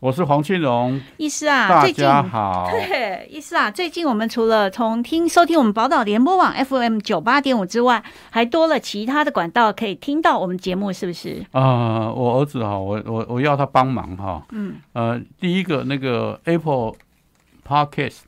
我是黄庆荣，医师啊。大最近 家好。对，医师啊，最近我们除了从听收听我们宝岛联播网 FM 九八点五之外，还多了其他的管道可以听到我们节目，是不是？呃，我儿子哈，我我我要他帮忙哈。嗯。呃，第一个那个 Apple Podcast，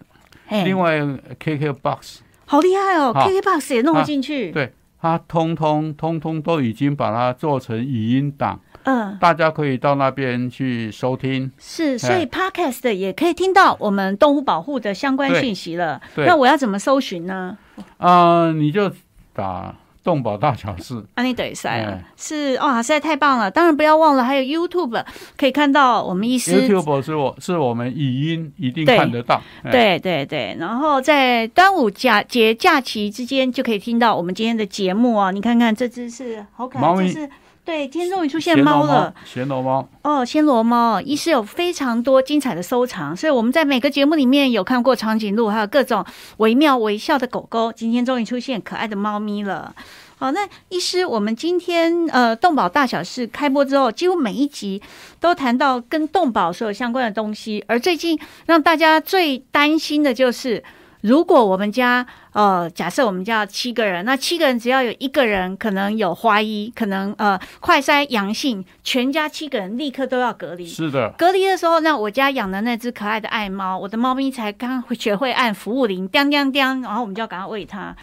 哎另外 KK Box，好厉害哦好啊！KKBOX 也弄得进去。对他通通通通都已经把它做成语音档，嗯，大家可以到那边去收听。是，所以 Podcast 也可以听到我们动物保护的相关对讯息了。对那我要怎么搜寻呢？啊、你就打动保大小事。安利得塞了哎，啊是哇，实在太棒了！当然不要忘了，还有 YouTube 可以看到我们医师 YouTube 是我是我们语音一定对看得到。哎，对对对，然后在端午假节假期之间，就可以听到我们今天的节目啊。你看看这只是好可爱，猫这咪是对，今天终于出现暹猫罗了猫，暹罗猫，哦，暹罗猫。医师有非常多精彩的收藏，所以我们在每个节目里面有看过长颈鹿，还有各种惟妙惟肖的狗狗。今天终于出现可爱的猫咪了。好，那医师，我们今天呃动保大小事开播之后，几乎每一集都谈到跟动保所有相关的东西，而最近让大家最担心的就是，如果我们家呃，假设我们家有七个人，那七个人只要有一个人可能有怀疑，可能呃快筛阳性，全家七个人立刻都要隔离。是的，隔离的时候，那我家养的那只可爱的爱猫，我的猫咪才刚学会按服务铃，叮叮叮，然后我们就要赶快喂它。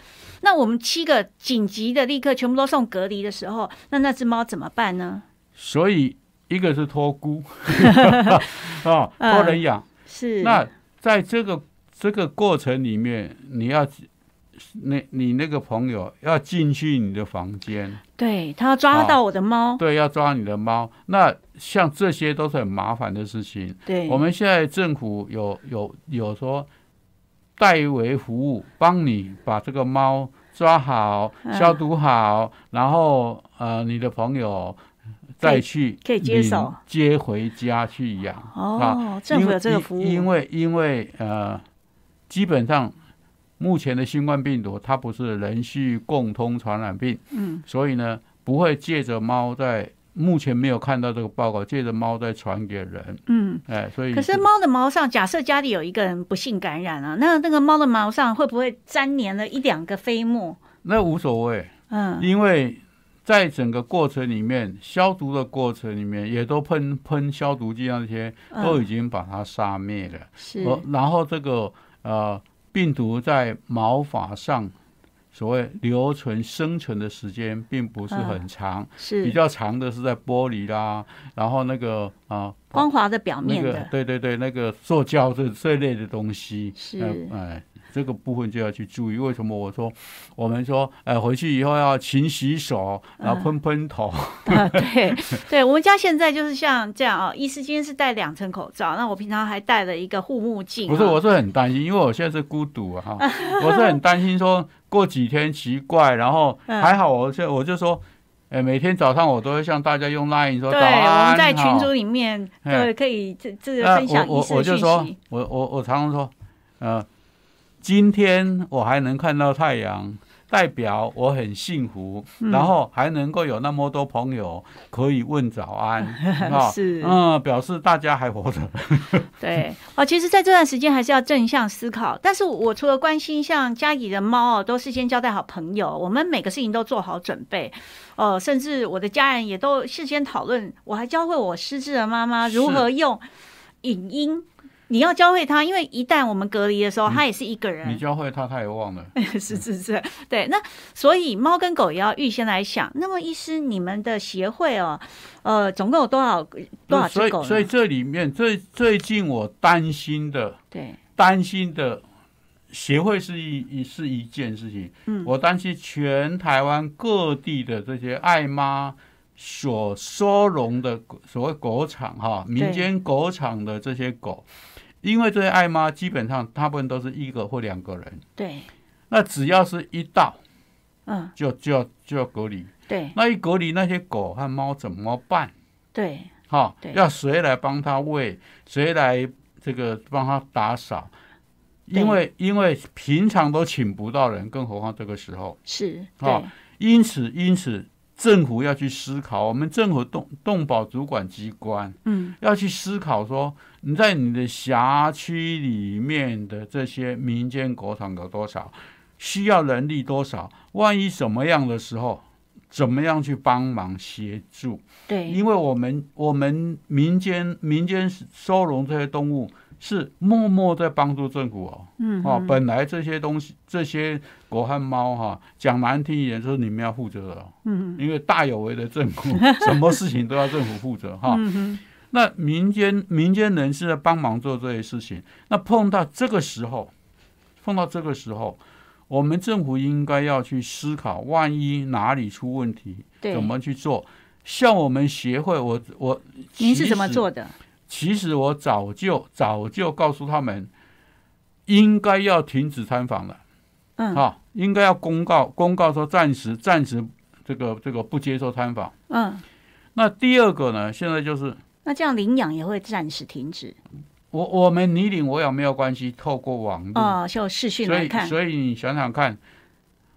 那我们七个紧急的立刻全部都送隔离的时候，那那只猫怎么办呢？所以一个是托孤， 啊，托人养。是那在这个这个过程里面，你要那你那个朋友要进去你的房间，对，它要抓到我的猫，对，要抓你的猫。那像这些都是很麻烦的事情。对，我们现在政府有有有说代为服务，帮你把这个猫抓好、嗯消毒好，然后呃，你的朋友再去可以可以接手领接回家去养。啊哦，政府有这个服务，因因为因为呃，基本上目前的新冠病毒它不是人畜共通传染病，嗯，所以呢不会借着猫在。目前没有看到这个报告，借着猫再传给人，嗯。哎，所以可是猫的毛上，假设家里有一个人不幸感染啊，那那个猫的毛上会不会粘连了一两个飞沫？那无所谓，嗯，因为在整个过程里面，消毒的过程里面也都喷喷消毒剂啊那些，都已嗯经把它杀灭了。是哦，然后这个呃病毒在毛发上所谓留存生存的时间并不是很长，嗯是比较长的是在玻璃啦，然后那个啊、光滑的表那面个的，对对对，那个塑胶这这类的东西，是呃哎。这个部分就要去注意，为什么我说我们说，呃，回去以后要勤洗手，然嗯后喷 喷头，啊，对对，我们家现在就是像这样啊、医师今天是戴两层口罩，那我平常还戴了一个护目镜、啊不是，我，是很担心，因为我现在是孤独啊， 哈我是很担心说过几天奇怪，然后嗯还好，我就我就说，哎、每天早上我都会向大家用 Line 说对，早我安，们在群哈组里面哎对可以这这那个分享啊我医我师我的就讯说息，，我我我常常说，呃，今天我还能看到太阳，代表我很幸福，嗯然后还能够有那么多朋友可以问早 安，啊是嗯，表示大家还活着。对哦，其实在这段时间还是要正向思考。但是我除了关心像家里的猫哦，都事先交代好朋友，我们每个事情都做好准备。呃，甚至我的家人也都事先讨论。我还教会我失智的妈妈如是何用影音。你要教会她，因为一旦我们隔离的时候，她也是一个嗯你嗯人。教会他，他也忘了。 是是是，对。那所以猫跟狗也要预先来想。那么，医师，你们的协会哦，呃，总共有多少多少所只以狗呢？所以这里面最最近我担心的对，担心的协会是一一是一件事情，嗯我担心全台湾各地的这些爱妈所收容的狗所谓狗场哈，民间狗场的这些狗，因为这些爱妈基本上大部分都是一个或两个人，对，那只要是一到嗯，就就要就要隔离，对那一隔离那些狗和猫怎么办？对，哈对，要谁来帮他喂，谁来这个帮他打扫，对因为因为平常都请不到人，更何况这个时候。是，哦对，因此，因此政府要去思考，我们政府动动保主管机关嗯，要去思考说，你在你的辖区里面的这些民间狗场有多少，需要人力多少，万一什么样的时候，怎么样去帮忙协助？对，因为我们我们民间民间收容这些动物是默默在帮助政府哦。嗯哦，哼，本来这些东西，这些狗和猫哈、讲难听一点，就是你们要负责的哦，嗯因为大有为的政 府，什么事情都要政府负责哈、嗯哼，那民间民间人士在帮忙做这些事情，那碰到这个时候，碰到这个时候，我们政府应该要去思考，万一哪里出问题，对怎，么去做？像我们协会，我我您是怎么其实做的？其实我早就早就告诉他们，应该要停止参访了，嗯啊，应该要公告公告说暂时暂时这个这个不接受参访。嗯，那第二个呢，现在就是那这样领养也会暂时停止我我们你领我养没有关系，透过网络，哦，就视讯所来以看，嗯所以你想想看，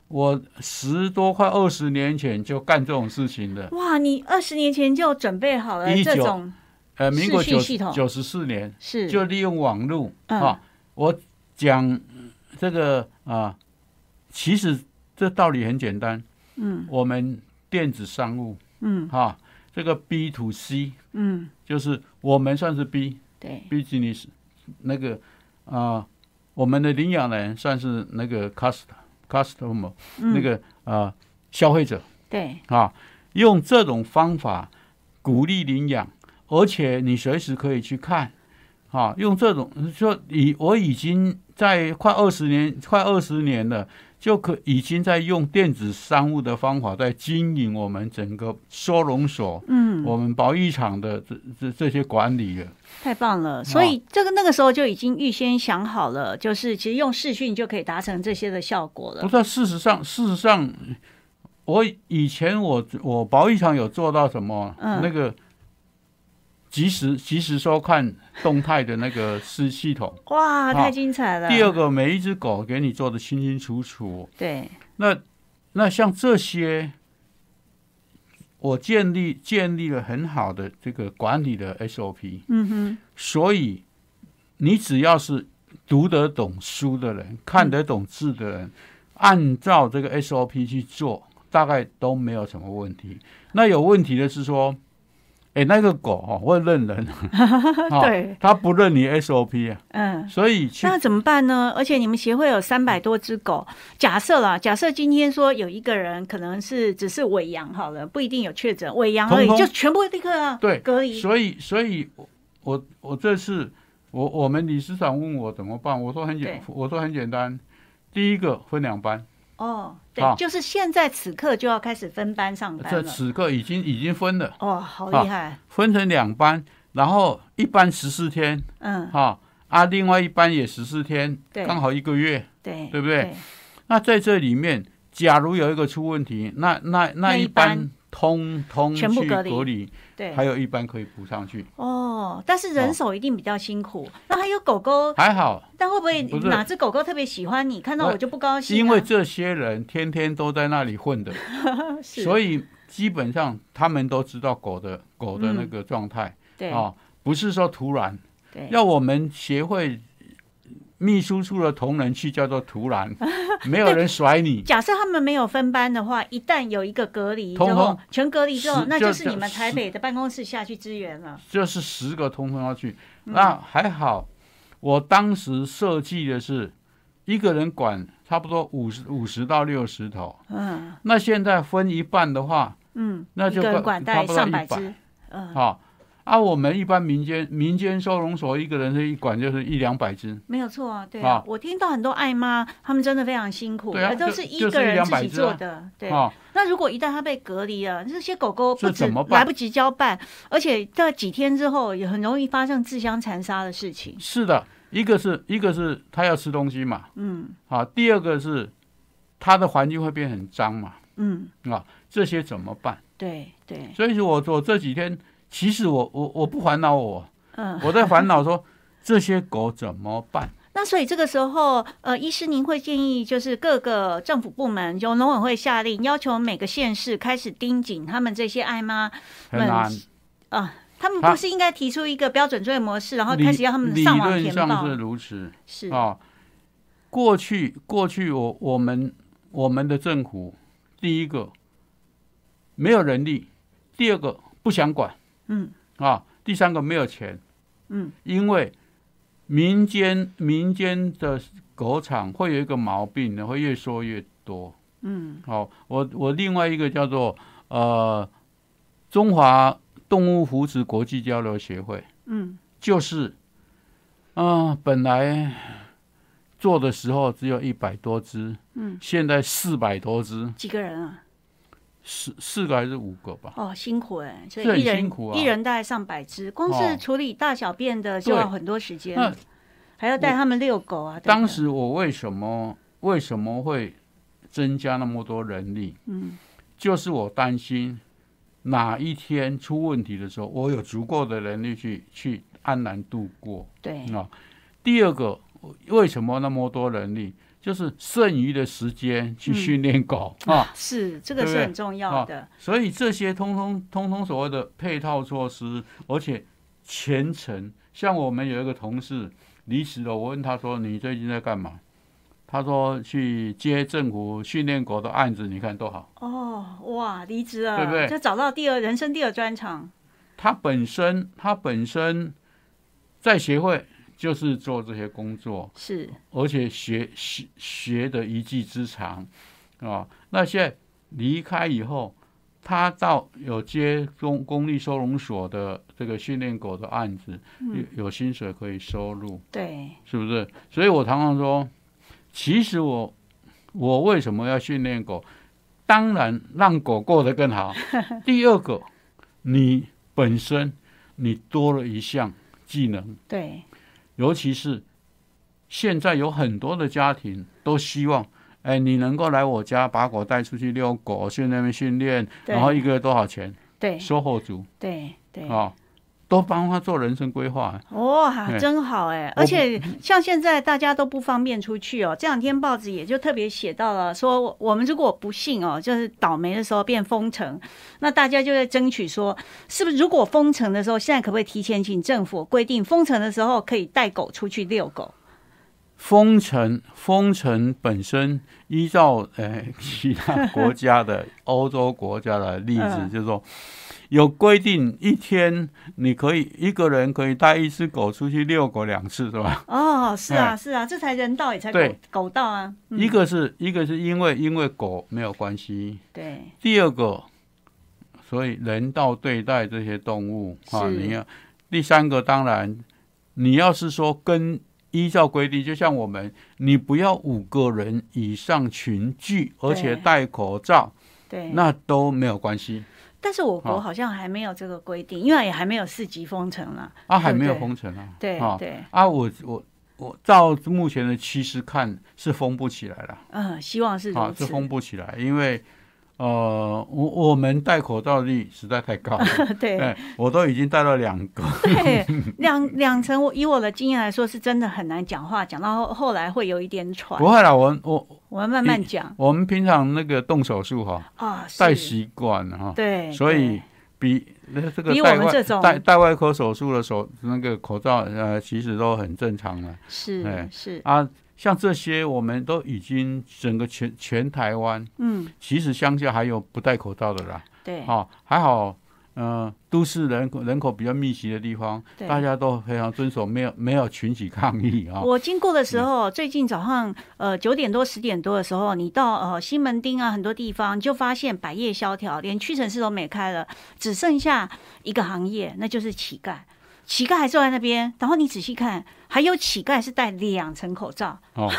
我十多快二十年前就干这种事情的，哇，你二十年前就准备好了19这种呃，民国视讯九系统九十四年是，就利用网络嗯啊，我讲这个啊，其实这道理很简单。嗯，我们电子商务，嗯哈、这个 B to C 嗯，就是我们算是 B 对 business 那个啊、我们的领养人算是那个 cust customer、那个啊、消费者对，啊，用这种方法鼓励领养，而且你随时可以去看，啊，用这种说已我已经在快二十年，快二十年了，就可已经在用电子商务的方法在经营我们整个收容所，嗯，我们保育场的这这这些管理了。太棒啊了！所以这个那个时候就已经预先想好了，就是其实用视讯就可以达成这些的效果不了。是，事实上，事实上，我以前我我保育场有做到什么？嗯那个及时及时收看动态的那个是 系统。哇，啊太精彩了！第二，个，每一只狗给你做的清清楚楚。对，那那像这些，我建立建立了很好的这个管理的 SOP，嗯哼，所以你只要是读得懂书的人，看得懂字的人，按照这个 SOP 去做，大概都没有什么问题。那有问题的是说，哎，那个狗哦会 认人，哦对，它不认你 SOP 啊，嗯。所以去那怎么办呢？而且你们协会有三嗯百多只狗，假设啦，假设今天说有一个人可能是只是尾阳好了，不一定有确诊，尾阳而已，通通就全部立刻啊对隔离。所以，所以我，我我这次我我们理事长问我怎么办，我说很对，简我说很简单。第一个分两班，哦，对，啊就是现在此刻就要开始分班上这班了。此刻已经已经分了，哦，好厉害，分成两班，然后一班十四天，嗯，哈啊，另外一班也十四天，对刚好一个月。对，对不对？那在这里面，假如有一个出问题，那那那那一一班班通通去全部隔离隔离，对，还有一班可以补上去，哦，但是人哦手一定比较辛苦。那还有狗狗，还好。但会不会嗯不是哪只狗狗特别喜欢你，看到我我就不高兴啊、因为这些人天天都在那里混的，是所以基本上他们都知道狗的狗的那个状态嗯对、啊，不是说突然。对，要我们协会秘书处的同仁去叫做 突然，没有人甩你，假设他们没有分班的话，一旦有一个隔离之通后，通全隔离之后，十那就就是就你们台十北的办公室下去支援了。就是十个通通要去。嗯那还好，我当时设计的是一个人管差不多五十五十到六十头，嗯那现在分一半的话，嗯，那就一个人管管带差不多上百100只，嗯，好、啊，我们一般民间民间收容所一个人是一管就是一两百只，没有错啊，对啊啊，我听到很多爱妈，他们真的非常辛苦，对啊而都就是一就是个人自100己只啊做的，对。啊，那如果一旦它被隔离了，这些狗狗不这止怎么办来不及交办，而且在几天之后也很容易发生自相残杀的事情。是的，一个是一个是它要吃东西嘛，嗯啊，第二个是它的环境会变很脏嘛，嗯，啊，这些怎么办？对对，所以说我我这几天其实我我我不烦恼我，嗯，我在烦恼说 这些狗怎么办？那所以这个时候，呃，医师您会建议就是各个政府部门，由农委会下令要求每个县市开始盯紧他们这些爱妈，很嗯难。他们他不是应该提出一个标准作业模式，然后理开始要他们上网理填论报上是？如此是，啊。过去过去我我们我们的政府，第一个没有人力，第二个不想管，嗯啊，第三个没有钱，嗯，因为民间民间的狗场会有一个毛病呢，会越说越多。嗯好、我我另外一个叫做呃中华动物福祉国际交流协会，嗯就是啊、呃本来做的时候只有一百多只，嗯，现在四百多只，几个人啊？四四个还是五个吧？哦，辛苦哎、所这以很一人辛苦啊一人大概上百只，光哦是处理大小便的就对要很多时间，那还要带他们遛狗啊。等等当时我为什么为什么会增加那么多人力？嗯就是我担心哪一天出问题的时候，我有足够的人力去去安然度过对啊、第二个，为什么那么多人力？就是剩余的时间嗯去训练狗、啊，是这个对不是对很重要的。所以这些通通通通所谓的配套措施，而且全程，像我们有一个同事离职了，我问他说：“你最近在干嘛？”他说：“去接政府训练狗的案子，你看多好。”哦，哇，离职了，对不对就找到第二人生第二专场，他本身他本身在协会就是做这些工作，是而且学学学的一技之长啊。那现在离开以后，他到有接公公立收容所的这个训练狗的案子，有有薪水可以收入，对，是不是？所以我常常说，其实我我为什么要训练狗？当然让狗过得更好。第二个，你本身你多了一项技能，对，尤其是现在有很多的家庭都希望。哎，你能够来我家把狗带出去遛狗，去那边训练，对然后一个月多少钱？对，售后组对，对，啊，都帮他做人生规划。哇，对真好哎！我而且像现在大家都不方便出去哦，这两天报纸也就特别写到了，说我我们如果不幸哦，就是倒霉的时候变封城，那大家就在争取说，是不是如果封城的时候，现在可不可以提前请政府规定封城的时候可以带狗出去遛狗？封城，封城本身依照呃 其他国家的欧洲国家的例子嗯，就是说有规定一天你可以一个人可以带一只狗出去遛狗两次，是吧？哦，是啊，哎是啊，这才人道，也才狗对狗道啊。嗯一个是一个是因为因为狗没有关系，对，第二个，所以人道对待这些动物啊，是你要第三个当然，你要是说跟依照规定，就像我们，你不要五个人以上群聚，而且戴口罩，对，那都没有关系但是我国好好像还没有这个规定，因为也还没有四级封城啦。啊，还没有对封城啊，对啊对，啊，我我我照目前的趋势看是封不起来了，嗯，希望是啊如，此。是 封不起来，因为呃，我我们戴口罩率实在太高了， 对，哎，我都已经戴了两个。对，两两层，我以我的经验来说，是真的很难讲话，讲到后后来会有一点喘不。会啦，我我我们慢慢讲我们平常那个动手术哈，啊，是带习惯了哈，对，所以对比那这个比我带们外这种带带外科手术的手那个口罩呃，其实都很正常了是哎是，啊。像这些，我们都已经整个全全台湾，嗯，其实乡下还有不戴口罩的啦。对哦，还好，嗯，都市人口人口比较密集的地方，对。大家都非常遵守，没有没有群体抗议啊。我经过的时候，最近早上呃九点多十点多的时候，你到呃西门町啊很多地方，你就发现百业萧条，连屈臣氏都没开了，只剩下一个行业，那就是乞丐。乞丐还坐在那边，然后你仔细看，还有乞丐是戴两层口罩，哦，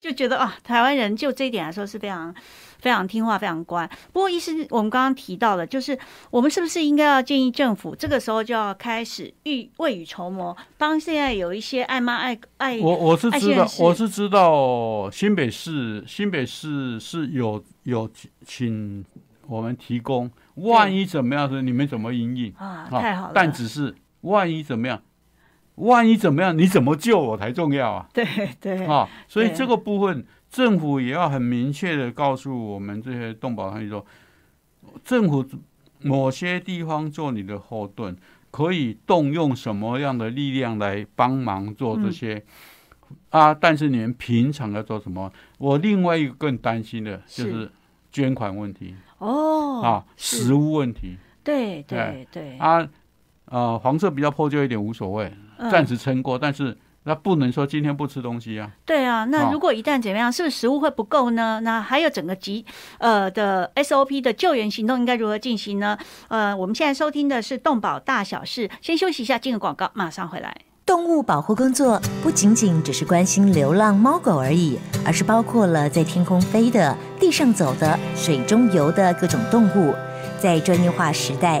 就觉得啊，台湾人就这一点来说是非常非常听话、非常乖。不过，医师，我们刚刚提到了，就是我们是不是应该要建议政府，这个时候就要开始预未雨绸缪，帮现在有一些爱妈爱爱我我啊是爱知心道人，士我是知道新北市新北市是有有请我们提供万一怎么样是你们怎么应应？啊，好太好了，但只是万一怎么样，万一怎么样，你怎么救我才重要啊！对对，哦啊，所以对这个部分政府也要很明确的告诉我们这些动保团体说，政府某些地方做你的后盾，可以动用什么样的力量来帮忙做嗯这些。啊！但是你们平常要做什么？我另外一个更担心的就是是捐款问题、哦，啊，是食物问题对对哎对，啊，呃，黄色比较破旧一点无所谓，嗯暂时撑过，但是那不能说今天不吃东西啊。对啊，那哦如果一旦怎么样，是不是食物会不够呢？那还有整个集呃的 SOP 的救援行动应该如何进行呢？呃，我们现在收听的是动保大小事，先休息一下，进个广告，马上回来。动物保护工作不仅仅只是关心流浪猫狗而已，而是包括了在天空飞的、地上走的、水中游的各种动物。在专业化时代，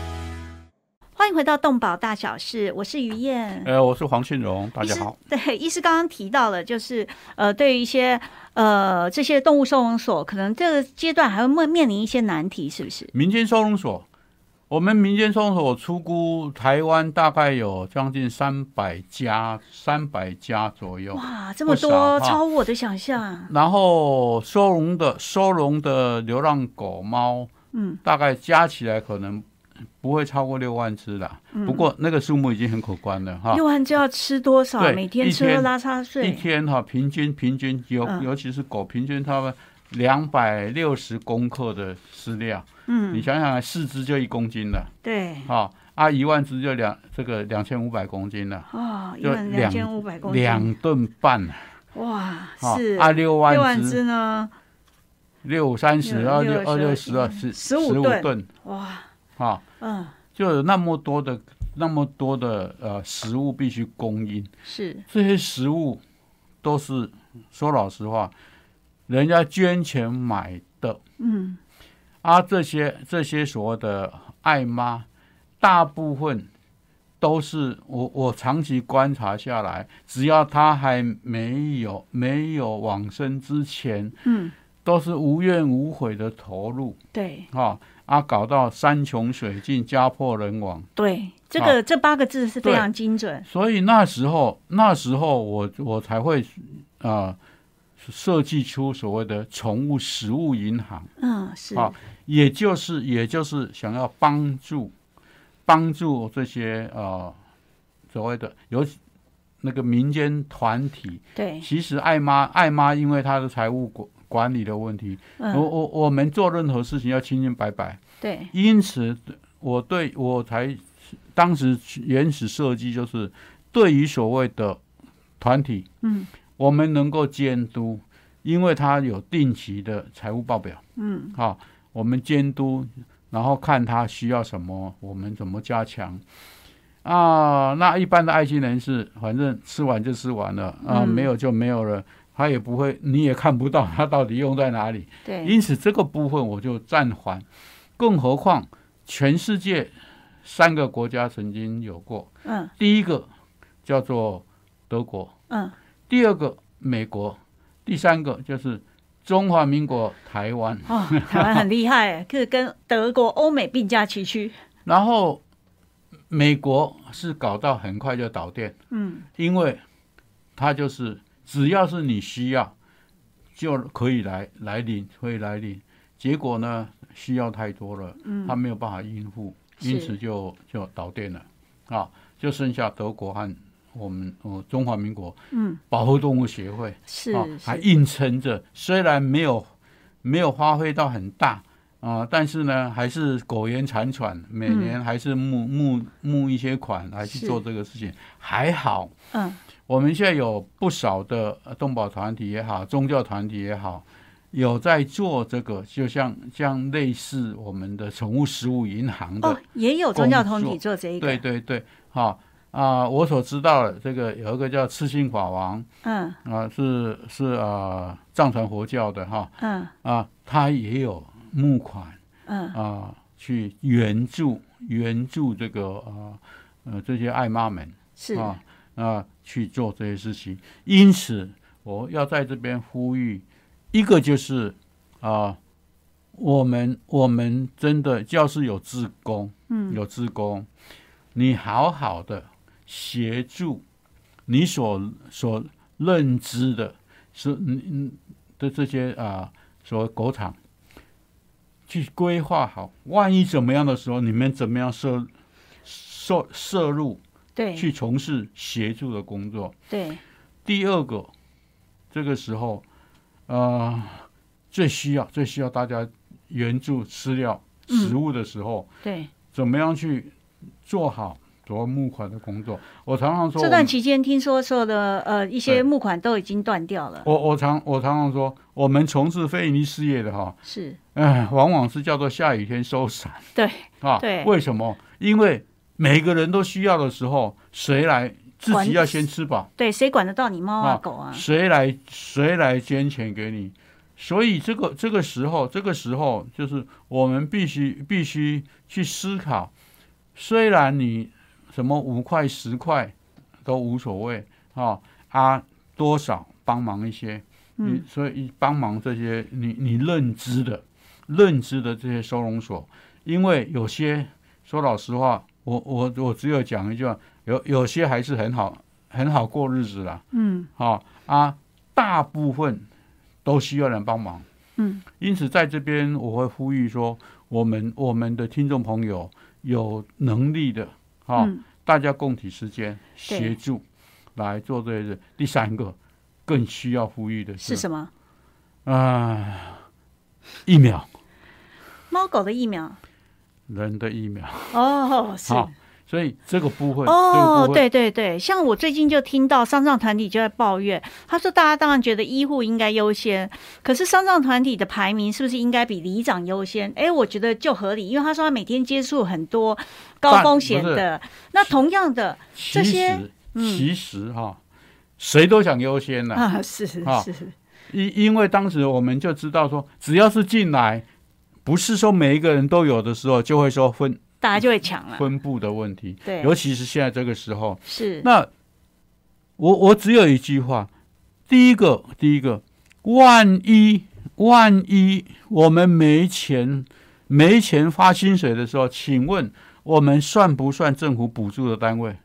欢迎回到动保大小事，我是于燕。呃，我是黄庆荣，大医家师 好。对，医师刚刚提到了，就是呃，对于一些呃这些动物收容所，可能这个阶段还会面面临一些难题，是不是？民间收容所，我们民间收容所出估台湾大概有将近三百家，三百家左右。哇，这么哦不少多，哈啊超乎我的想象。然后收容的收容的流浪狗猫，嗯，大概加起来可能不会超过六万只啦。不过那个数目已经很可观了哈。嗯六万就要吃多少？对每天一吃喝天拉撒一睡，天哈、平均平均尤、嗯尤其是狗，平均它们两百六十公克的饲料，嗯，你想想看，四只就一公斤了。对，啊啊，一万只就两这个两千五百公斤了，哦，一就万两两千五百公斤，两吨半啊，哇，啊是啊六万六万只只呢，六五三十二六六二六十十二二十15五吨吨哇，啊，嗯，就有那么多的那么多的呃食物必须供应，是这些食物都是说老实话，人家捐钱买的，嗯，啊，这些这些所谓的爱妈，大部分都是我我长期观察下来，只要他还没有没有往生之前，嗯，都是无怨无悔的投入，对哈、啊，搞到山穷水尽，家破人亡。对，这个这八个字是非对常精准，所以那时候，那时候我我才会啊、设计出所谓的宠物食物银行。嗯，是，啊也就是也就是想要帮助帮助这些呃所谓的有那个民间团体，对，其实艾妈艾妈因为她的财务管管理的问题，我嗯，我我们做任何事情要清清白白，对，因此我对我才当时原始设计就是对于所谓的团体，嗯我们能够监督，因为它有定期的财务报表。嗯，好、我们监督，然后看他需要什么，我们怎么加强。啊，那一般的爱心人士，反正吃完就吃完了啊，嗯没有就没有了，他也不会，你也看不到他到底用在哪里。对，因此这个部分我就暂缓。更何况，全世界三个国家曾经有过，嗯第一个叫做德国，嗯，第二个美国，第三个就是中华民国台湾。哦，台湾很厉害，可以跟德国、欧美并驾齐驱，然后美国是搞到很快就倒店，嗯，因为它就是只要是你需要，就可以来来领，可以来领。结果呢，需要太多了，他没有办法应付，嗯是因此就就倒店了啊，就剩下德国和我们呃中华民国嗯保护动物协会是啊，还是，硬撑着，虽然没有没有发挥到很大啊、但是呢，还是苟延残喘，每嗯年还是募募募一些款来去是做这个事情，还好。嗯，我们现在有不少的呃动保团体也好，宗教团体也好，有在做这个，就像像类似我们的宠物食物银行的，哦，也有宗教团体做这一个，对对对，好啊、我所知道的这个有一个叫赤心法王嗯啊、是是啊、藏传佛教的哈嗯啊、他也有募款啊嗯、去援助援助这个啊呃这些爱妈们。是，啊啊去做这些事情。因此，我要在这边呼吁，一个就是啊，我们我们真的教师有志工，嗯有志工，你好好的协助你所所认知的，是嗯嗯的这些啊，所谓狗场。去规划好，万一怎么样的时候，你们怎么样摄摄摄入，对去从事协助的工作。对，第二个，这个时候，呃，最需要最需要大家援助饲料、嗯食物的时候，对，怎么样去做好做募款的工作？我常常这说我们段期间听说所有的呃一些对哦募款都已经断掉了，我我常我常常说，我们从事非营利事业的哈，是哎，往往是叫做下雨天收伞对啊。对为什么？因为每个人都需要的时候，谁来自管己要先吃饱。对，谁管得到你猫啊啊狗啊？谁来谁来捐钱给你？所以这个这个时候，这个时候就是我们必须必须去思考，虽然你什么五块十块都无所谓啊啊，多少帮忙一些，你嗯所以帮忙这些你你认知的认知的这些收容所，因为有些说老实话，我我我只有讲一句话，有有些还是很好很好过日子啦，嗯好、啊，大部分都需要人帮忙。嗯，因此在这边我会呼吁说，我们我们的听众朋友有能力的，哈、嗯大家共体时间对协助来做这些事。第三个更需要呼吁的是什么？啊、疫苗，猫狗的疫苗人的疫苗。哦，是好所以这个部分，这个哦，部分对对对，像我最近就听到丧葬团体就在抱怨，他说大家当然觉得医护应该优先，可是丧葬团体的排名是不是应该比里长优先？哎，我觉得就合理，因为他说他每天接触很多高但风险不是的，那同样的这其些实、嗯其实哈、谁都想优先的、啊，是是啊因因为当时我们就知道说，只要是进来，不是说每一个人都有的时候，就会说分大家就会抢了，分布的问题，对，尤其是现在这个时候。是那我我只有一句话，第一个第一个，万一万一我们没钱没钱发薪水的时候，请问我们算不算政府补助的单位？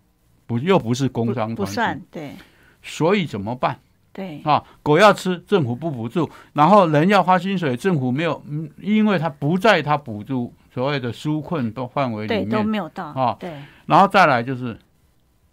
不，又不是工商不不团体算，，对所以怎么办？对啊，狗要吃，政府不补助，然后人要发薪水，政府没有，嗯，因为它不在它补助所谓的纾困的范围对里都面。没有到，啊对然后再来就是，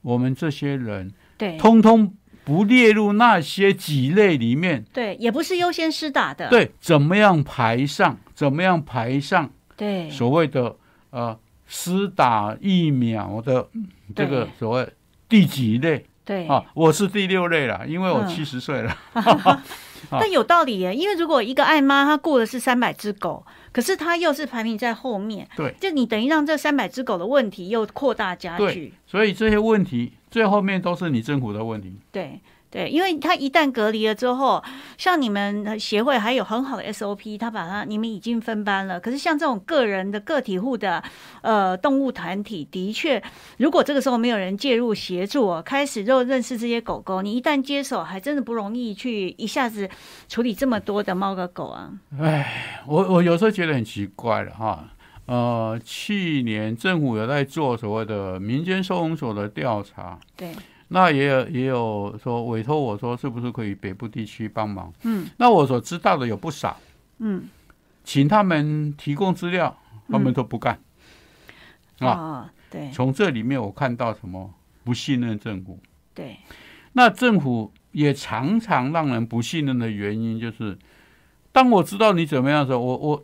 我们这些人对通通不列入那些几类里面，对，也不是优先施打的，对，怎么样排上，怎么样排上对所谓的呃施打疫苗的嗯这个对所谓第几类对啊？我是第六类了，因为我嗯七十岁了。啊但有道理耶，因为如果一个爱妈她雇的是三百只狗，可是她又是排名在后面，对，就你等于让这三百只狗的问题又扩大加剧，所以这些问题最后面都是你政府的问题。对。对，因为她一旦隔离了之后，像你们呃协会还有很好的 SOP，他把它你们已经分班了。可是像这种个人的个体户的呃动物团体，的确，如果这个时候没有人介入协助哦，开始就认识这些狗狗，你一旦接手，还真的不容易去一下子处理这么多的猫跟狗啊。我我有时候觉得很奇怪了哈。呃，去年政府有在做所谓的民间收容所的调查，对，那也有也有说委托我说是不是可以北部地区帮忙？嗯，那我所知道的有不少，嗯，请他们提供资料，他们都不干。啊，啊，对从这里面我看到什么不信任政府，对，那政府也常常让人不信任的原因，就是当我知道你怎么样的时候，我我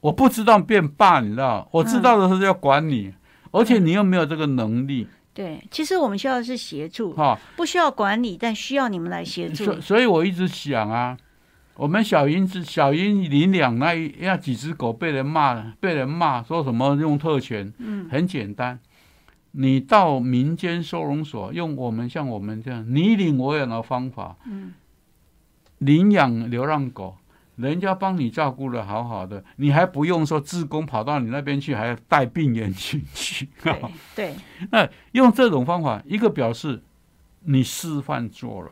我不知道变爸，你知道，我知道的时候就要管你，嗯而且你又没有这个能力，对，其实我们需要的是协助，哈、不需要管理，但需要你们来协助所。所以我一直想啊，我们小英子、小英领养那一那几只狗被人骂，被人骂说什么用特权，嗯，很简单。你到民间收容所，用我们像我们这样你领我养的方法，嗯，领养流浪狗，人家帮你照顾的好好的，你还不用说志工跑到你那边去，还要带病人进去， 对对，那用这种方法，一个表示你示范做了，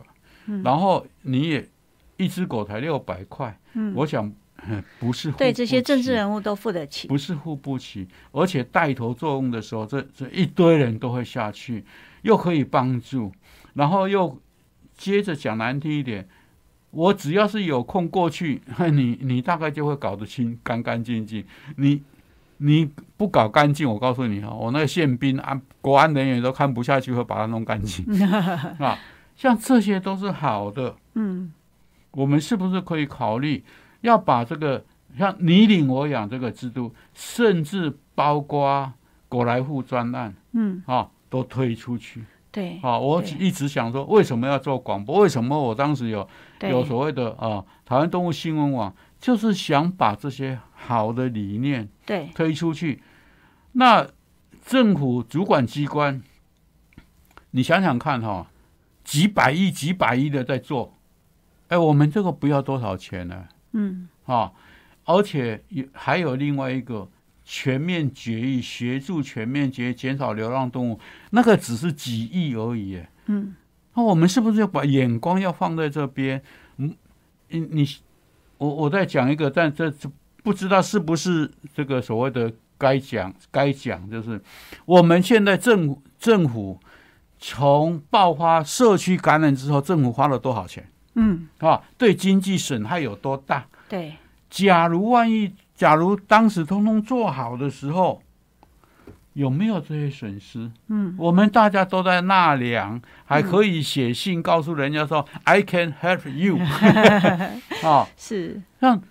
然后你也一只狗才六百块，嗯我想呵不是付对不这些政治起人物都付得起。不是付不起，而且带头作用的时候，这这一堆人都会下去，又可以帮助，然后又接着讲难听一点，我只要是有空过去，你你大概就会搞得清干干净净。你你不搞干净，我告诉你啊，我那个宪兵啊，国安人员都看不下去，会把它弄干净啊。像这些都是好的，嗯，我们是不是可以考虑要把这个像你领我养这个制度，甚至包括狗来户专案，嗯，啊，都推出去对啊！我对一直想说，为什么要做广播？为什么我当时有对，有所谓的啊，台湾动物新闻网，就是想把这些好的理念对推出去。那政府主管机关，你想想看哈、几百亿、几百亿的在做，哎，我们这个不要多少钱呢、嗯，啊，而且有还有另外一个全面绝育，协助全面绝育，减少流浪动物，那个只是几亿而已。嗯，那我们是不是要把眼光要放在这边？嗯，你你，我我再讲一个，但这这不知道是不是这个所谓的该讲该讲，就是我们现在政府政府从爆发社区感染之后，政府花了多少钱？嗯，啊，对经济损害有多大？对假如万一，假如当时通通做好的时候，有没有这些损失？嗯，我们大家都在纳凉，还可以写信告诉人家说、i can help you” 啊，是，让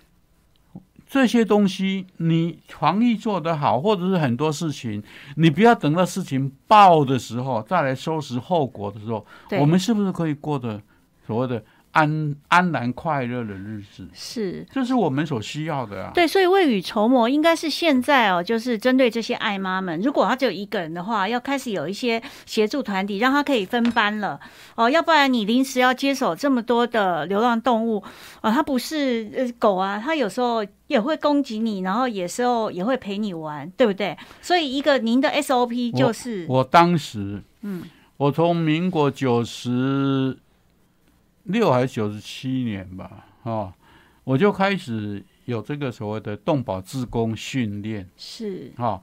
这些东西你防疫做得好，或者是很多事情，你不要等到事情爆的时候再来收拾后果的时候，对，我们是不是可以过得所谓的安安然快乐的日子？是。这是我们所需要的啊。对，所以未雨绸缪应该是现在哦，就是针对这些爱妈们，如果她只有一个人的话，要开始有一些协助团体，让她可以分班了哦，要不然你临时要接手这么多的流浪动物哦，它不是呃狗啊，它有时候也会攻击你，然后有时候也会陪你玩，对不对？所以一个您的 SOP 就是我当时，嗯，我从民国九十六还是九十七年吧，哦，我就开始有这个所谓的动保自工训练，是哈、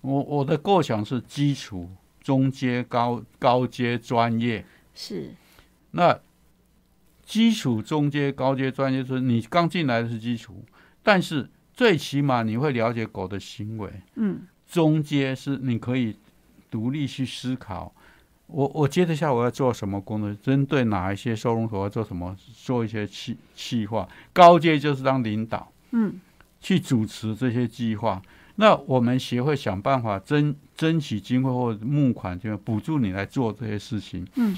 我我的构想是基础、中阶、高高阶、专业。是那基础、中阶、高阶、专业就是你刚进来的是基础，但是最起码你会了解狗的行为。嗯中阶是你可以独立去思考，我我接着下我要做什么工作，针对哪一些收容所要做什么，做一些企企划。高阶就是当领导嗯去主持这些计划。那我们协会想办法争争取经费或者募款，就补助你来做这些事情。嗯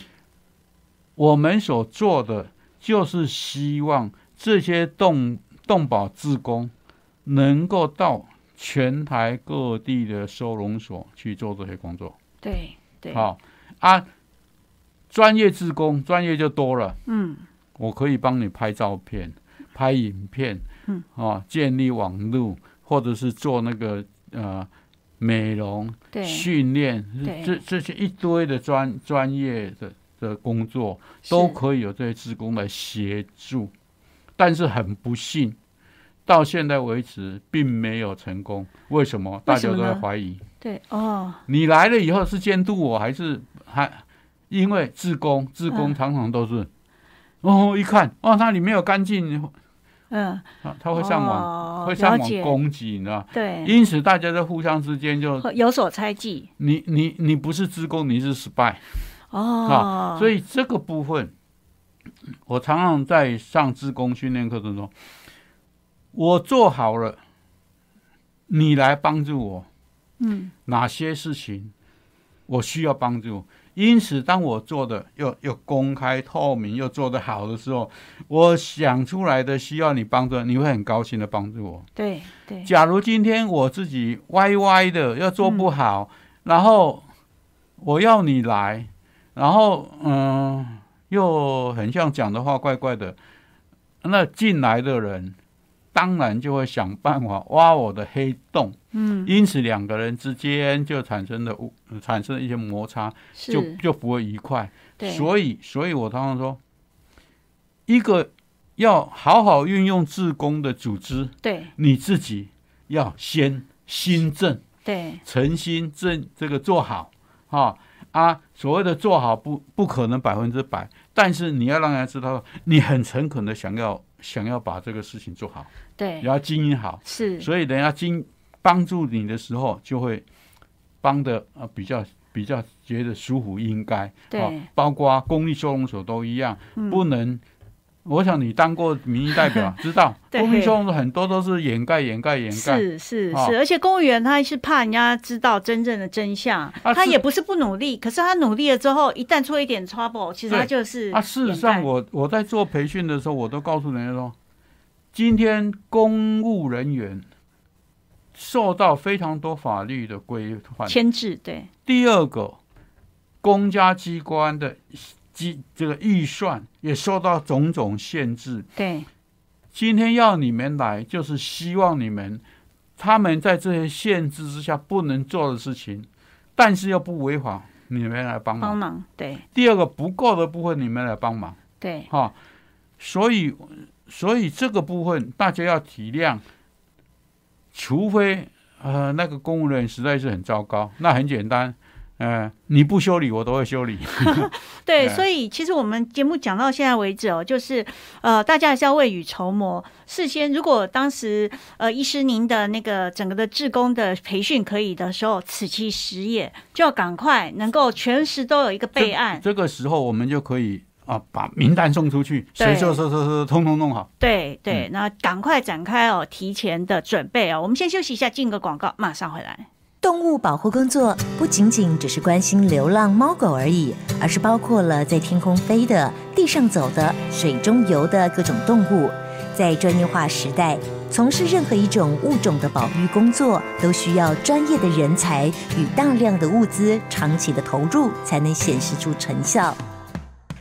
我们所做的就是希望这些动动保志工能够到全台各地的收容所去做这些工作。对对好啊，专业志工专业就多了，嗯我可以帮你拍照片、拍影片，嗯，啊，建立网络或者是做那个呃美容、对训练对，这这些一堆的专专业的的工作。都是可以有这些职工来协助，但是很不幸，到现在为止并没有成功。为什么？大家都在怀疑。对哦你来了以后是监督我还是还？因为自工自工嗯常常都是，哦，一看哦，那里没有干净，嗯，啊他会上网、网会上网攻击，你知道吗？对。因此大家在互相之间就会有所猜忌你你你不是自工，你是 spy。哦啊，，所以这个部分，我常常在上职工训练课程中，我做好了，你来帮助我。嗯，哪些事情我需要帮助？因此，当我做的又又公开透明又做得好的时候，我想出来的需要你帮助，你会很高兴的帮助我。对对，假如今天我自己歪歪的要做不好，然后我要你来，然后嗯，又很像讲的话怪怪的，那进来的人当然就会想办法挖我的黑洞，嗯，，因此两个人之间就产生了误产生了一些摩擦，就是就不会愉快。对，所以，所以我常常说，一个要好好运用自工的组织。对你自己要先心正，对诚心正这个做好啊啊！所谓的做好不不可能百分之百，但是你要让人家知道你很诚恳的想要想要把这个事情做好，也对，要经营好。是，所以人家经帮助你的时候，就会帮的呃比较比较觉得舒服，应该啊对，包括公立收容所都一样，嗯不能。我想你当过民意代 表，知道对公立收容所很多都是掩盖、掩盖、掩盖。是是哦是，而且公务员他是怕人家知道真正的真相，啊他是也不是不努力，可是他努力了之后，一旦出一点 trouble，其实他对就是啊，事实掩上盖我，我在做培训的时候，我都告诉人家说，今天公务人员受到非常多法律的规范。牵制，对第二个，公家机关的机这个预算也受到种种限制。对今天要你们来，就是希望你们他们在这些限制之下不能做的事情，但是又不违法，你们来帮帮忙。忙，对第二个不够的部分，你们来帮忙。对哈、所以所以这个部分大家要体谅，除非呃那个公务人员实在是很糟糕，那很简单，呃你不修理我都会修 理，对，对所以其实我们节目讲到现在为止哦，就是呃，大家还是要未雨绸缪，事先如果当时呃，医师您的那个整个的志工的培训可以的时候，此其时也，就要赶快能够全时都有一个备 案，这个时候我们就可以啊把名单送出去，对谁说说说说通通弄好。对对，那赶快展开哦，提前的准备哦。我们先休息一下，进个广告，马上回来。动物保护工作不仅仅只是关心流浪猫狗而已，而是包括了在天空飞的、地上走的、水中游的各种动物。在专业化时代，从事任何一种物种的保育工作，都需要专业的人才与大量的物资长期的投入，才能显示出成效。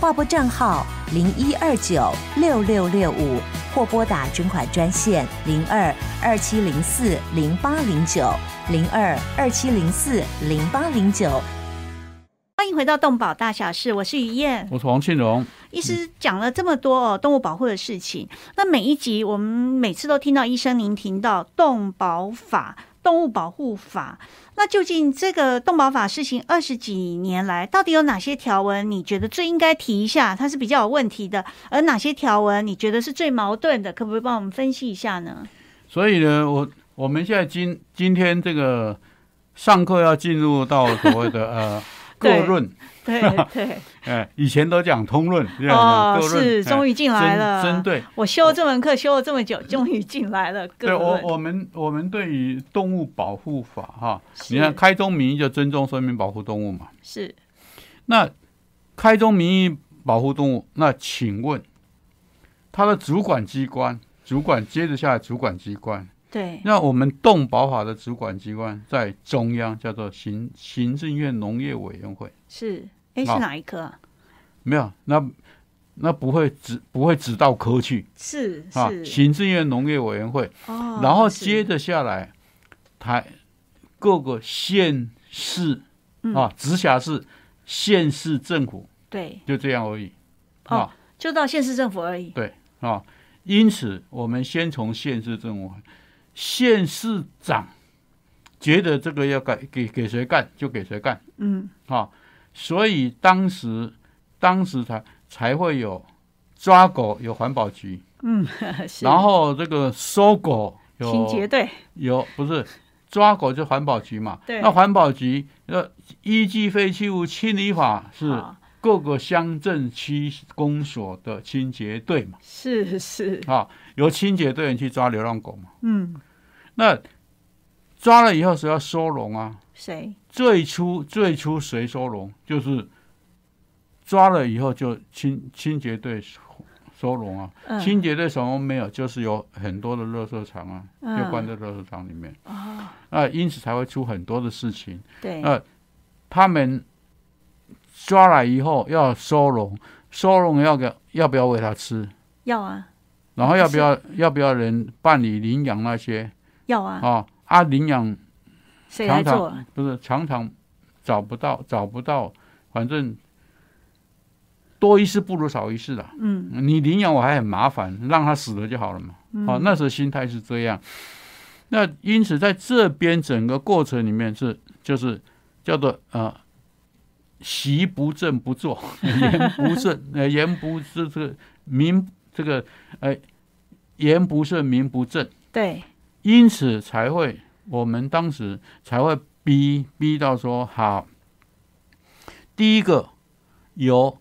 划拨账号零一二九六六六五，或拨打捐款专线零二二七零四零八零九零二二七零四零八零九。欢迎回到动保大小事，我是于燕。我是王庆荣，医师讲了这么多哦，动物保护的事情。那每一集我们每次都听到医生您提到动保法、动物保护法，那究竟这个动保法施行二十几年来，到底有哪些条文你觉得最应该提一下，它是比较有问题的？而哪些条文你觉得是最矛盾的？可不可以帮我们分析一下呢？所以呢，我我们现在今今天这个上课要进入到所 谓的呃对各论， 对对，哎，以前都讲通论，这样哦，各论是，终于于进来了。针对我修这门课修了这么久，终于进来了。各对我位，我们我们对于动物保护法哈，是你看开宗明义就尊重生命保护动物嘛。是那开宗明义保护动物，那请问它的主管机关，主管接着下来主管机关，对那我们动保法的主管机关在中央叫做行行政院农业委员会，是，哎，是好哪一科啊？没有那那不会指不会指到科去是啊，是行政院农业委员会。哦，然后是接着下来，台各个县市嗯啊，直辖市、县市政府对，就这样而已哦啊就到县市政府而已。啊。因此，我们先从县市政府，县市长觉得这个要干给给谁干就给谁干嗯哈、所以当时当时才才会有抓狗有环保局，嗯， 是然后这个收狗清有洁队，有不是抓狗就环保局嘛？对那环保局要依据废弃物清理法是好各个乡镇区公所的清洁队嘛？是是，啊，由清洁队员去抓流浪狗嘛？嗯，那抓了以后谁要收容啊？谁？最初最初谁收容？就是抓了以后就清清洁队收收容啊。嗯清洁队什么没有，就是有很多的垃圾场啊，嗯哦就关在垃圾场里面啊。那因此才会出很多的事情。对，那他们抓来以后要收容，收容要给要不要喂它吃？要啊然后要不要要不要人办理领养那些要啊，啊？啊，领养谁来常做常啊？不是常常找不到，找不到，反正多一事不如少一事啦。嗯，你领养我还很麻烦，让他死了就好了嘛。好、那时候心态是这样。那因此在这边整个过程里面是就是叫做呃。习不正不做，言不顺，呃，言不这这个名这个呃，言不顺，名不正，对，因此才会，我们当时才会逼逼到说好，第一个由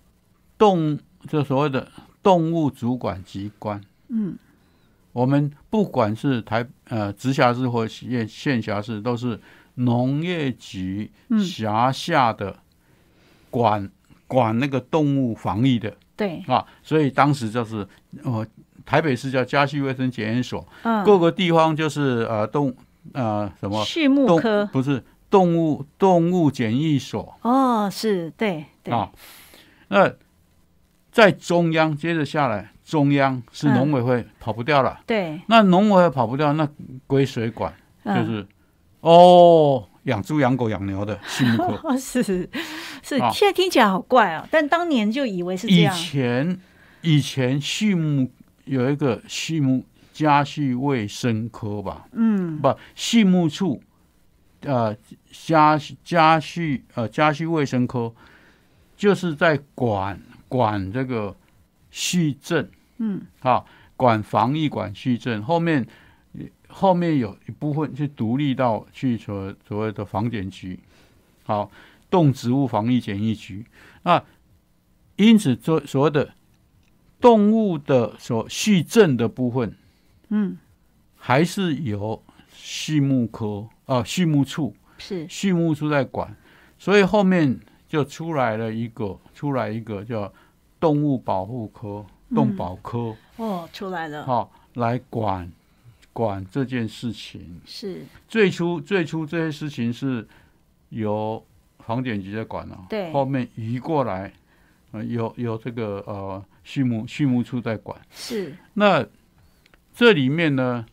动这所谓的动物主管机关，嗯，我们不管是台呃直辖市或县县辖市，都是农业局嗯辖下的管、管那个动物防疫的对，啊，所以当时就是呃台北市叫家畜卫生检验所，嗯，各个地方就是呃动呃什么畜牧动科，不是动物动物检疫所哦，是对对，啊。那在中央接着下来，中央是嗯农委会跑不掉了。对，那农委会跑不掉，那归谁管？就嗯，是、哦，养猪、养狗、养牛的畜牧 科。 哦是是，啊现在听起来好怪哦，但当年就以为是这以样，前以前畜牧有一个畜牧家畜卫生科吧，嗯，不，畜牧处，呃，家家畜呃家畜卫生科，就是在管管这个畜症，嗯，啊，管防疫、管畜症。后面后面有一部分是独立到去所所谓的防检局，好，动植物防疫检疫局。那因此，所所谓的动物的所畜症的部分，嗯，还是由畜牧科啊、呃畜牧处是，畜牧处在管，所以后面就出来了一个出来一个叫动物保护科动保科哦，出来哈、了，来管管这件事情。是最初最初这些事情是由房检局在管啊，对后面移过来，呃、有有这个呃畜牧畜牧处在管。是，那这里面呢，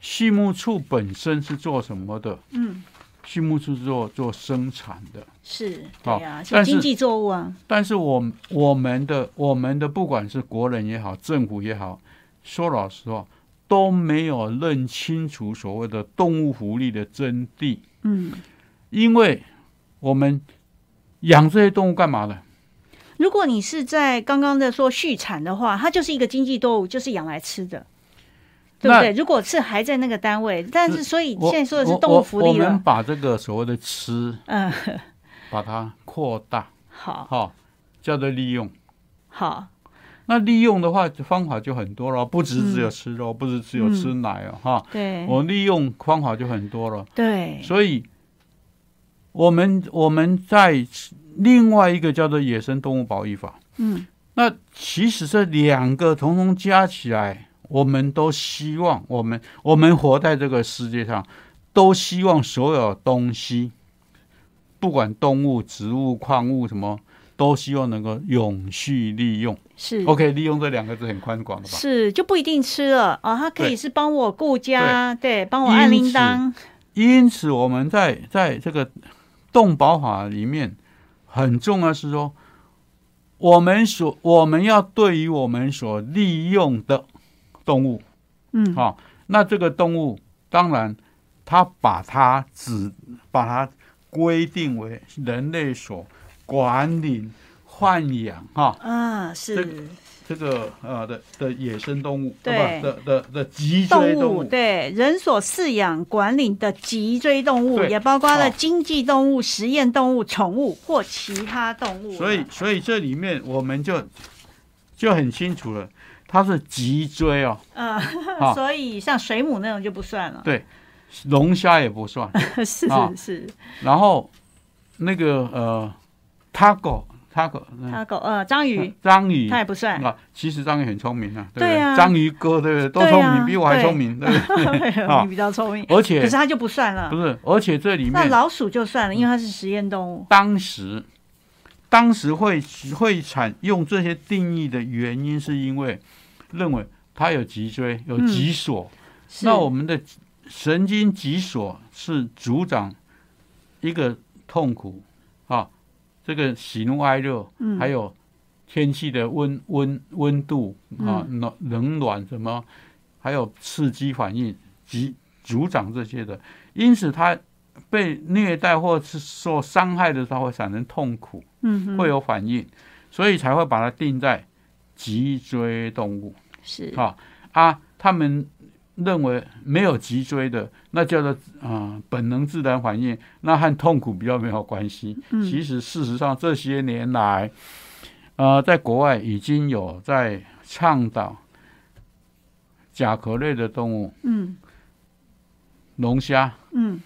畜牧处本身是做什么的？嗯，畜牧处是做做生产的，是，好对啊，是哦但是经济作物啊，但是我们我们的我们的不管是国人也好，政府也好，说老实话都没有认清楚所谓的动物福利的真谛，嗯，因为我们养这些动物干嘛呢？如果你是在刚刚的说续产的话，它就是一个经济作物，就是养来吃的，对不那对？如果是还在那个单位，但是是所以我现在说的是我动物福我利我们了，把这个所谓的吃嗯， 把它扩大，好哈、叫做利用。好，那利用的话，方法就很多了，不止只有吃肉，不止只有吃奶哦，哈、嗯对，我利用方法就很多了，对，所以我们我们在另外一个叫做《野生动物保育法》，嗯，那其实这两个统统加起来，我们都希望我们我们活在这个世界上，都希望所有东西，不管动物、植物、矿物什么，都希望能够永续利用。是 OK，利用这两个字很宽广了吧？是就不一定吃了哦，它可以对是帮我顾家，对，帮我按因铃此铛，因此，我们在在这个动保法里面很重要是说，我们所我们要对于我们所利用的动物，嗯，好、那这个动物当然他把它只把它规定为人类所管理、豢养哈啊，这是这个呃的的野生动物，对呃不的的的脊椎动动物对人所饲养管理的脊椎动物，对也包括了好经济动物、实验动物、宠物或其他动物了。所以，所以这里面我们就就很清楚了，它是脊椎哦，嗯，好 所以像水母那种就不算了。对，龙虾也不 算。是啊是，然后那个呃，taco taco 嗯它狗呃章鱼章鱼它也不算， 啊，其实章鱼很聪明啊，对不对对？啊章鱼哥对不对？都对聪啊明，比我还对聪明，对不啊你比较聪明， 对？而可且是它就不算了不。是，而且这里那面嗯老鼠就算了，因为它是实验动物。当时当时会会产用这些定义的原因，是因为认为它有脊椎，有嗯脊索。是那我们的神经脊索是主掌一个痛苦啊，这个喜怒哀乐，嗯还有天气的温温温度啊，嗯冷冷暖什么，还有刺激反应，及主掌这些的。因此，他被虐待或是受伤害的时候，会产生痛苦，嗯哼会有反应，所以才会把它定在脊椎动物。是啊啊，他们认为没有脊椎的，那叫做啊、呃本能自然反应，那和痛苦比较没有关系。其实事实上这些年来，呃，在国外已经有在倡导甲壳类的动物，嗯龙虾、嗯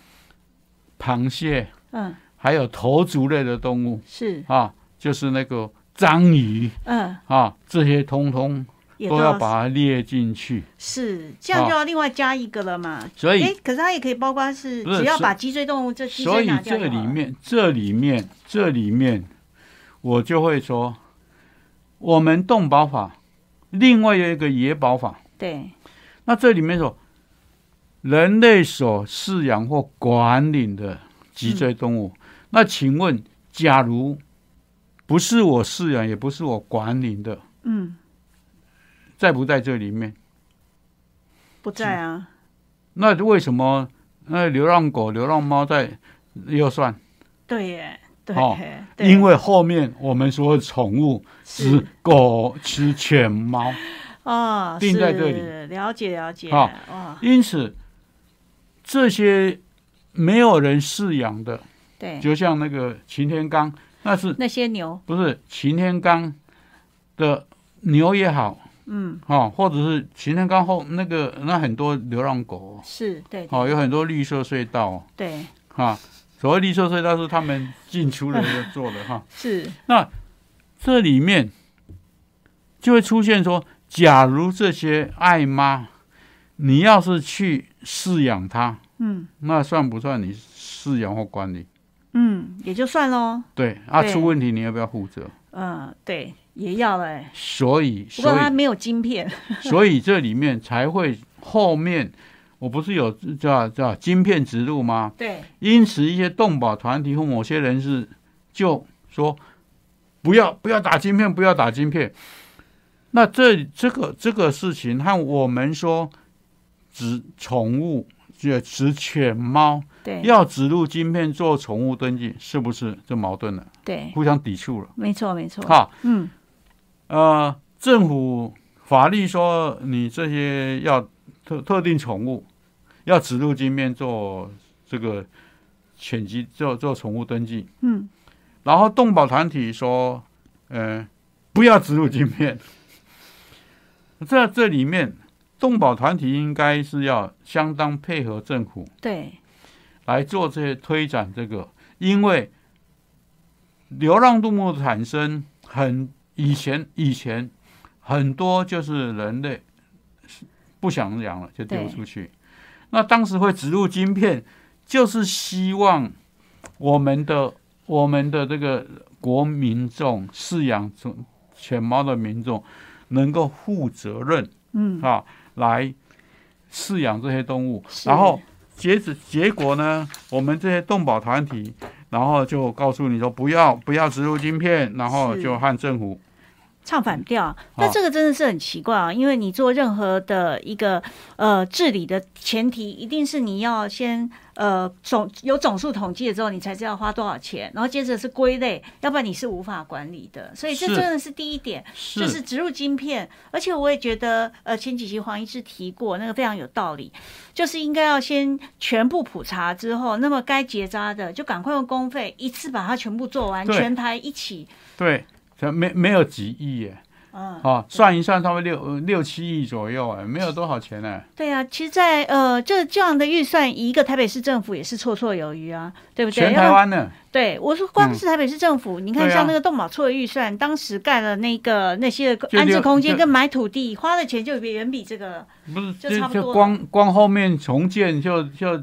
螃蟹，嗯还有头足类的动物是啊，就是那个章鱼嗯啊，这些通通也都要把它列进去。是这样就要另外加一个了嘛。所以哎，可是它也可以包括是不是只要所把脊椎动物这脊所椎以拿掉这就好里了面，这里面，这里面，我就会说，我们动保法，另外有一个野保法。对那这里面说，人类所饲养或管理的脊椎动物，那请问，假如不是我饲养，也不是我管理的，嗯在不在这里面？不在啊，那为什么那流浪狗、流浪猫在又算？对耶对哦耶对，因为后面我们说宠物是吃狗、吃犬、猫，哦定在这里是了解了解哦好哇因此这些没有人饲养的，对就像那个擎天刚，那是那些牛不是擎天刚的牛也好，嗯哦，或者是擎天刚后那个那很多流浪狗，是对哦，有很多绿色隧道，对哈、所谓绿色隧道是他们进出人员做的哈、是那这里面就会出现说，假如这些爱妈，你要是去饲养它，嗯那算不算你饲养或管理？嗯也就算喽，对，啊，对出问题你要不要负责？嗯对也要了哎，所以，不过所它以，没有晶片，所以这里面才会后面，我不是有叫叫晶片植入吗？对因此，一些动保团体或某些人士就说：“不要，不要打晶片，不要打晶片。”那这这个这个事情和我们说，指宠物，也指犬猫对要植入晶片做宠物登记，是不是就矛盾了？对，互相抵触了。没错没错，哈，嗯呃，政府法律说你这些要特特定宠物要植入晶片做这个犬籍做做宠物登记，嗯然后动保团体说，呃，不要植入晶片。在这里面，动保团体应该是要相当配合政府对来做这些推展这个，因为流浪动物的产生很以前以前很多就是人类不想养了就丢出去，那当时会植入晶片，就是希望我们的我们的这个国民众饲养宠犬猫的民众能够负责任嗯啊来饲养这些动物，是然后截止结果呢，我们这些动保团体，然后就告诉你说不要不要植入晶片，然后是就和政府唱反调。啊哦那这个真的是很奇怪啊，因为你做任何的一个呃治理的前提，一定是你要先呃总有总数统计了之后，你才知道花多少钱，然后接着是归类，要不然你是无法管理的。所以这是真的是第一点。是就是植入晶片，而且我也觉得，呃，前几期黄医师提过那个非常有道理，就是应该要先全部普查之后，那么该结扎的就赶快用公费一次把它全部做完，对全台一起，对，才没没有几亿耶，嗯，啊，算一算，差不多六呃六七亿左右，哎，没有多少钱呢，对啊，其实在，呃这这样的预算，一个台北市政府也是绰绰有余啊，对不对？全要不台然湾呢，对，我说光是台北市政府，你看对啊像那个动保处的预算，当时盖了那个呃那些就安置六空间就跟买土地，花的钱就远比这个了。不是就差就不多就光光后面重建就就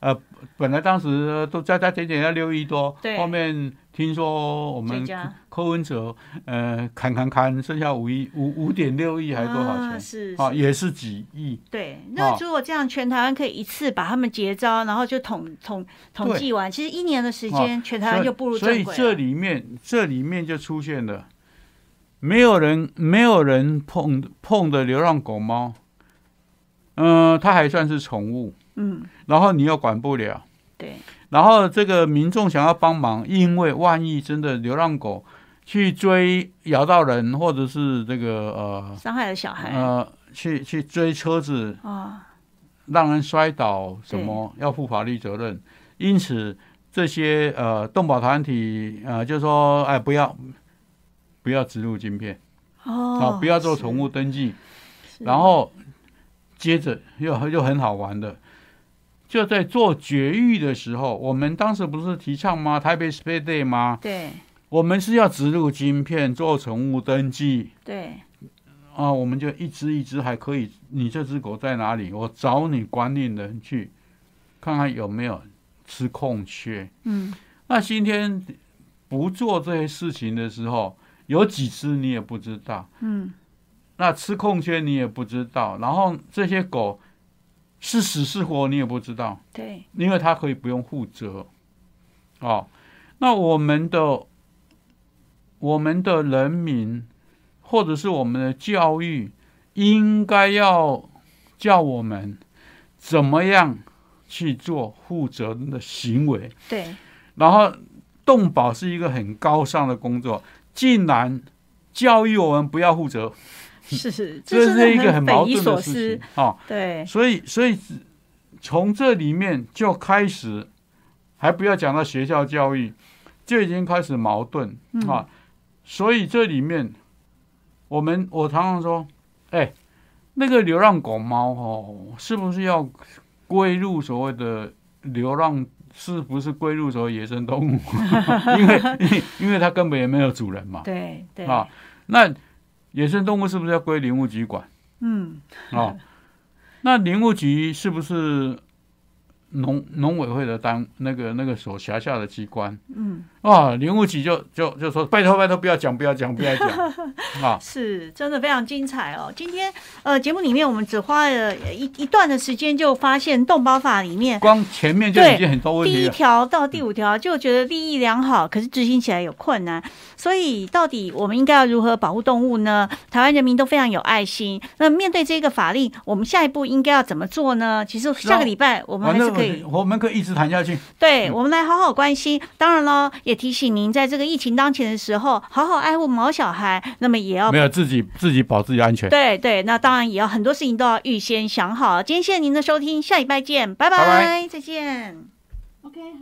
呃，本来当时都加加减减要六亿多对，后面听说我追们加柯文哲呃砍砍砍，剩下五亿五五点六亿还是多少啊钱？是啊，是也是几亿，对，那哦如果这样，全台湾可以一次把他们结招，然后就统统统计完，其实一年的时间，全台湾就步入所正以轨了。这里面这里面就出现了，没有人没有人碰碰的流浪狗猫，嗯、它还算是宠物，嗯，然后你又管不了，对，然后这个民众想要帮忙，因为万一真的流浪狗去追咬到人，或者是这个呃伤害了小孩哦啊、呃去去追车子，让人摔倒什么要负法律责任，因此这些呃动保团体呃就说哎不要不要植入晶片啊、哦，不要做宠物登记，是，然后接着又又很好玩的，就在做绝育的时候，我们当时不是提倡吗？台北 Space Day 吗是？对我们是要植入晶片做宠物登记对啊、我们就一只一只还可以，你这只狗在哪里？我找你管理人去看看有没有吃空缺。嗯，那今天不做这些事情的时候，有几只你也不知道，嗯，那吃空缺你也不知道，然后这些狗是死是活你也不知道，对因为它可以不用负责。哦，那我们的我们的人民或者是我们的教育，应该要教我们怎么样去做负责任的行为。 对然后动保是一个很高尚的工作，竟然教育我们不要负责，是是，这真的是一个很匪矛夷盾的所事思情。啊、哦。对，所以，所以从这里面就开始，还不要讲到学校教育，就已经开始矛盾啊。所以这里面，我们我常常说，哎，那个流浪狗猫哦，是不是要归入所谓的流浪？是不是归入所谓野生动物？ 因为因为因为它根本也没有主人嘛。对对啊，那野生动物是不是要归林务局管？嗯， 哦，那林务局是不是农农委会的单那个那个所辖下的机关？嗯，啊，林务局就就就说拜托拜托，不要讲不要讲不 要讲啊！是真的非常精彩哦。今天呃节目里面我们只花了一一段的时间，就发现动保法里面光前面就对已经很多问第题啊一了。条到第五条就觉得利益良好，可是执行起来有困难，所以到底我们应该要如何保护动物呢？台湾人民都非常有爱心，那面对这个法令，我们下一步应该要怎么做呢？其实下个礼拜我们还反是正可以我们可以一直谈下去。对，我们来好好关心。当然喽，也提醒您，在这个疫情当前的时候，好好爱护毛小孩，那么也要没有自己自己保自己安全。对对，那当然也要很多事情都要预先想好。今天谢谢您的收听，下礼拜见，拜拜再见。OK。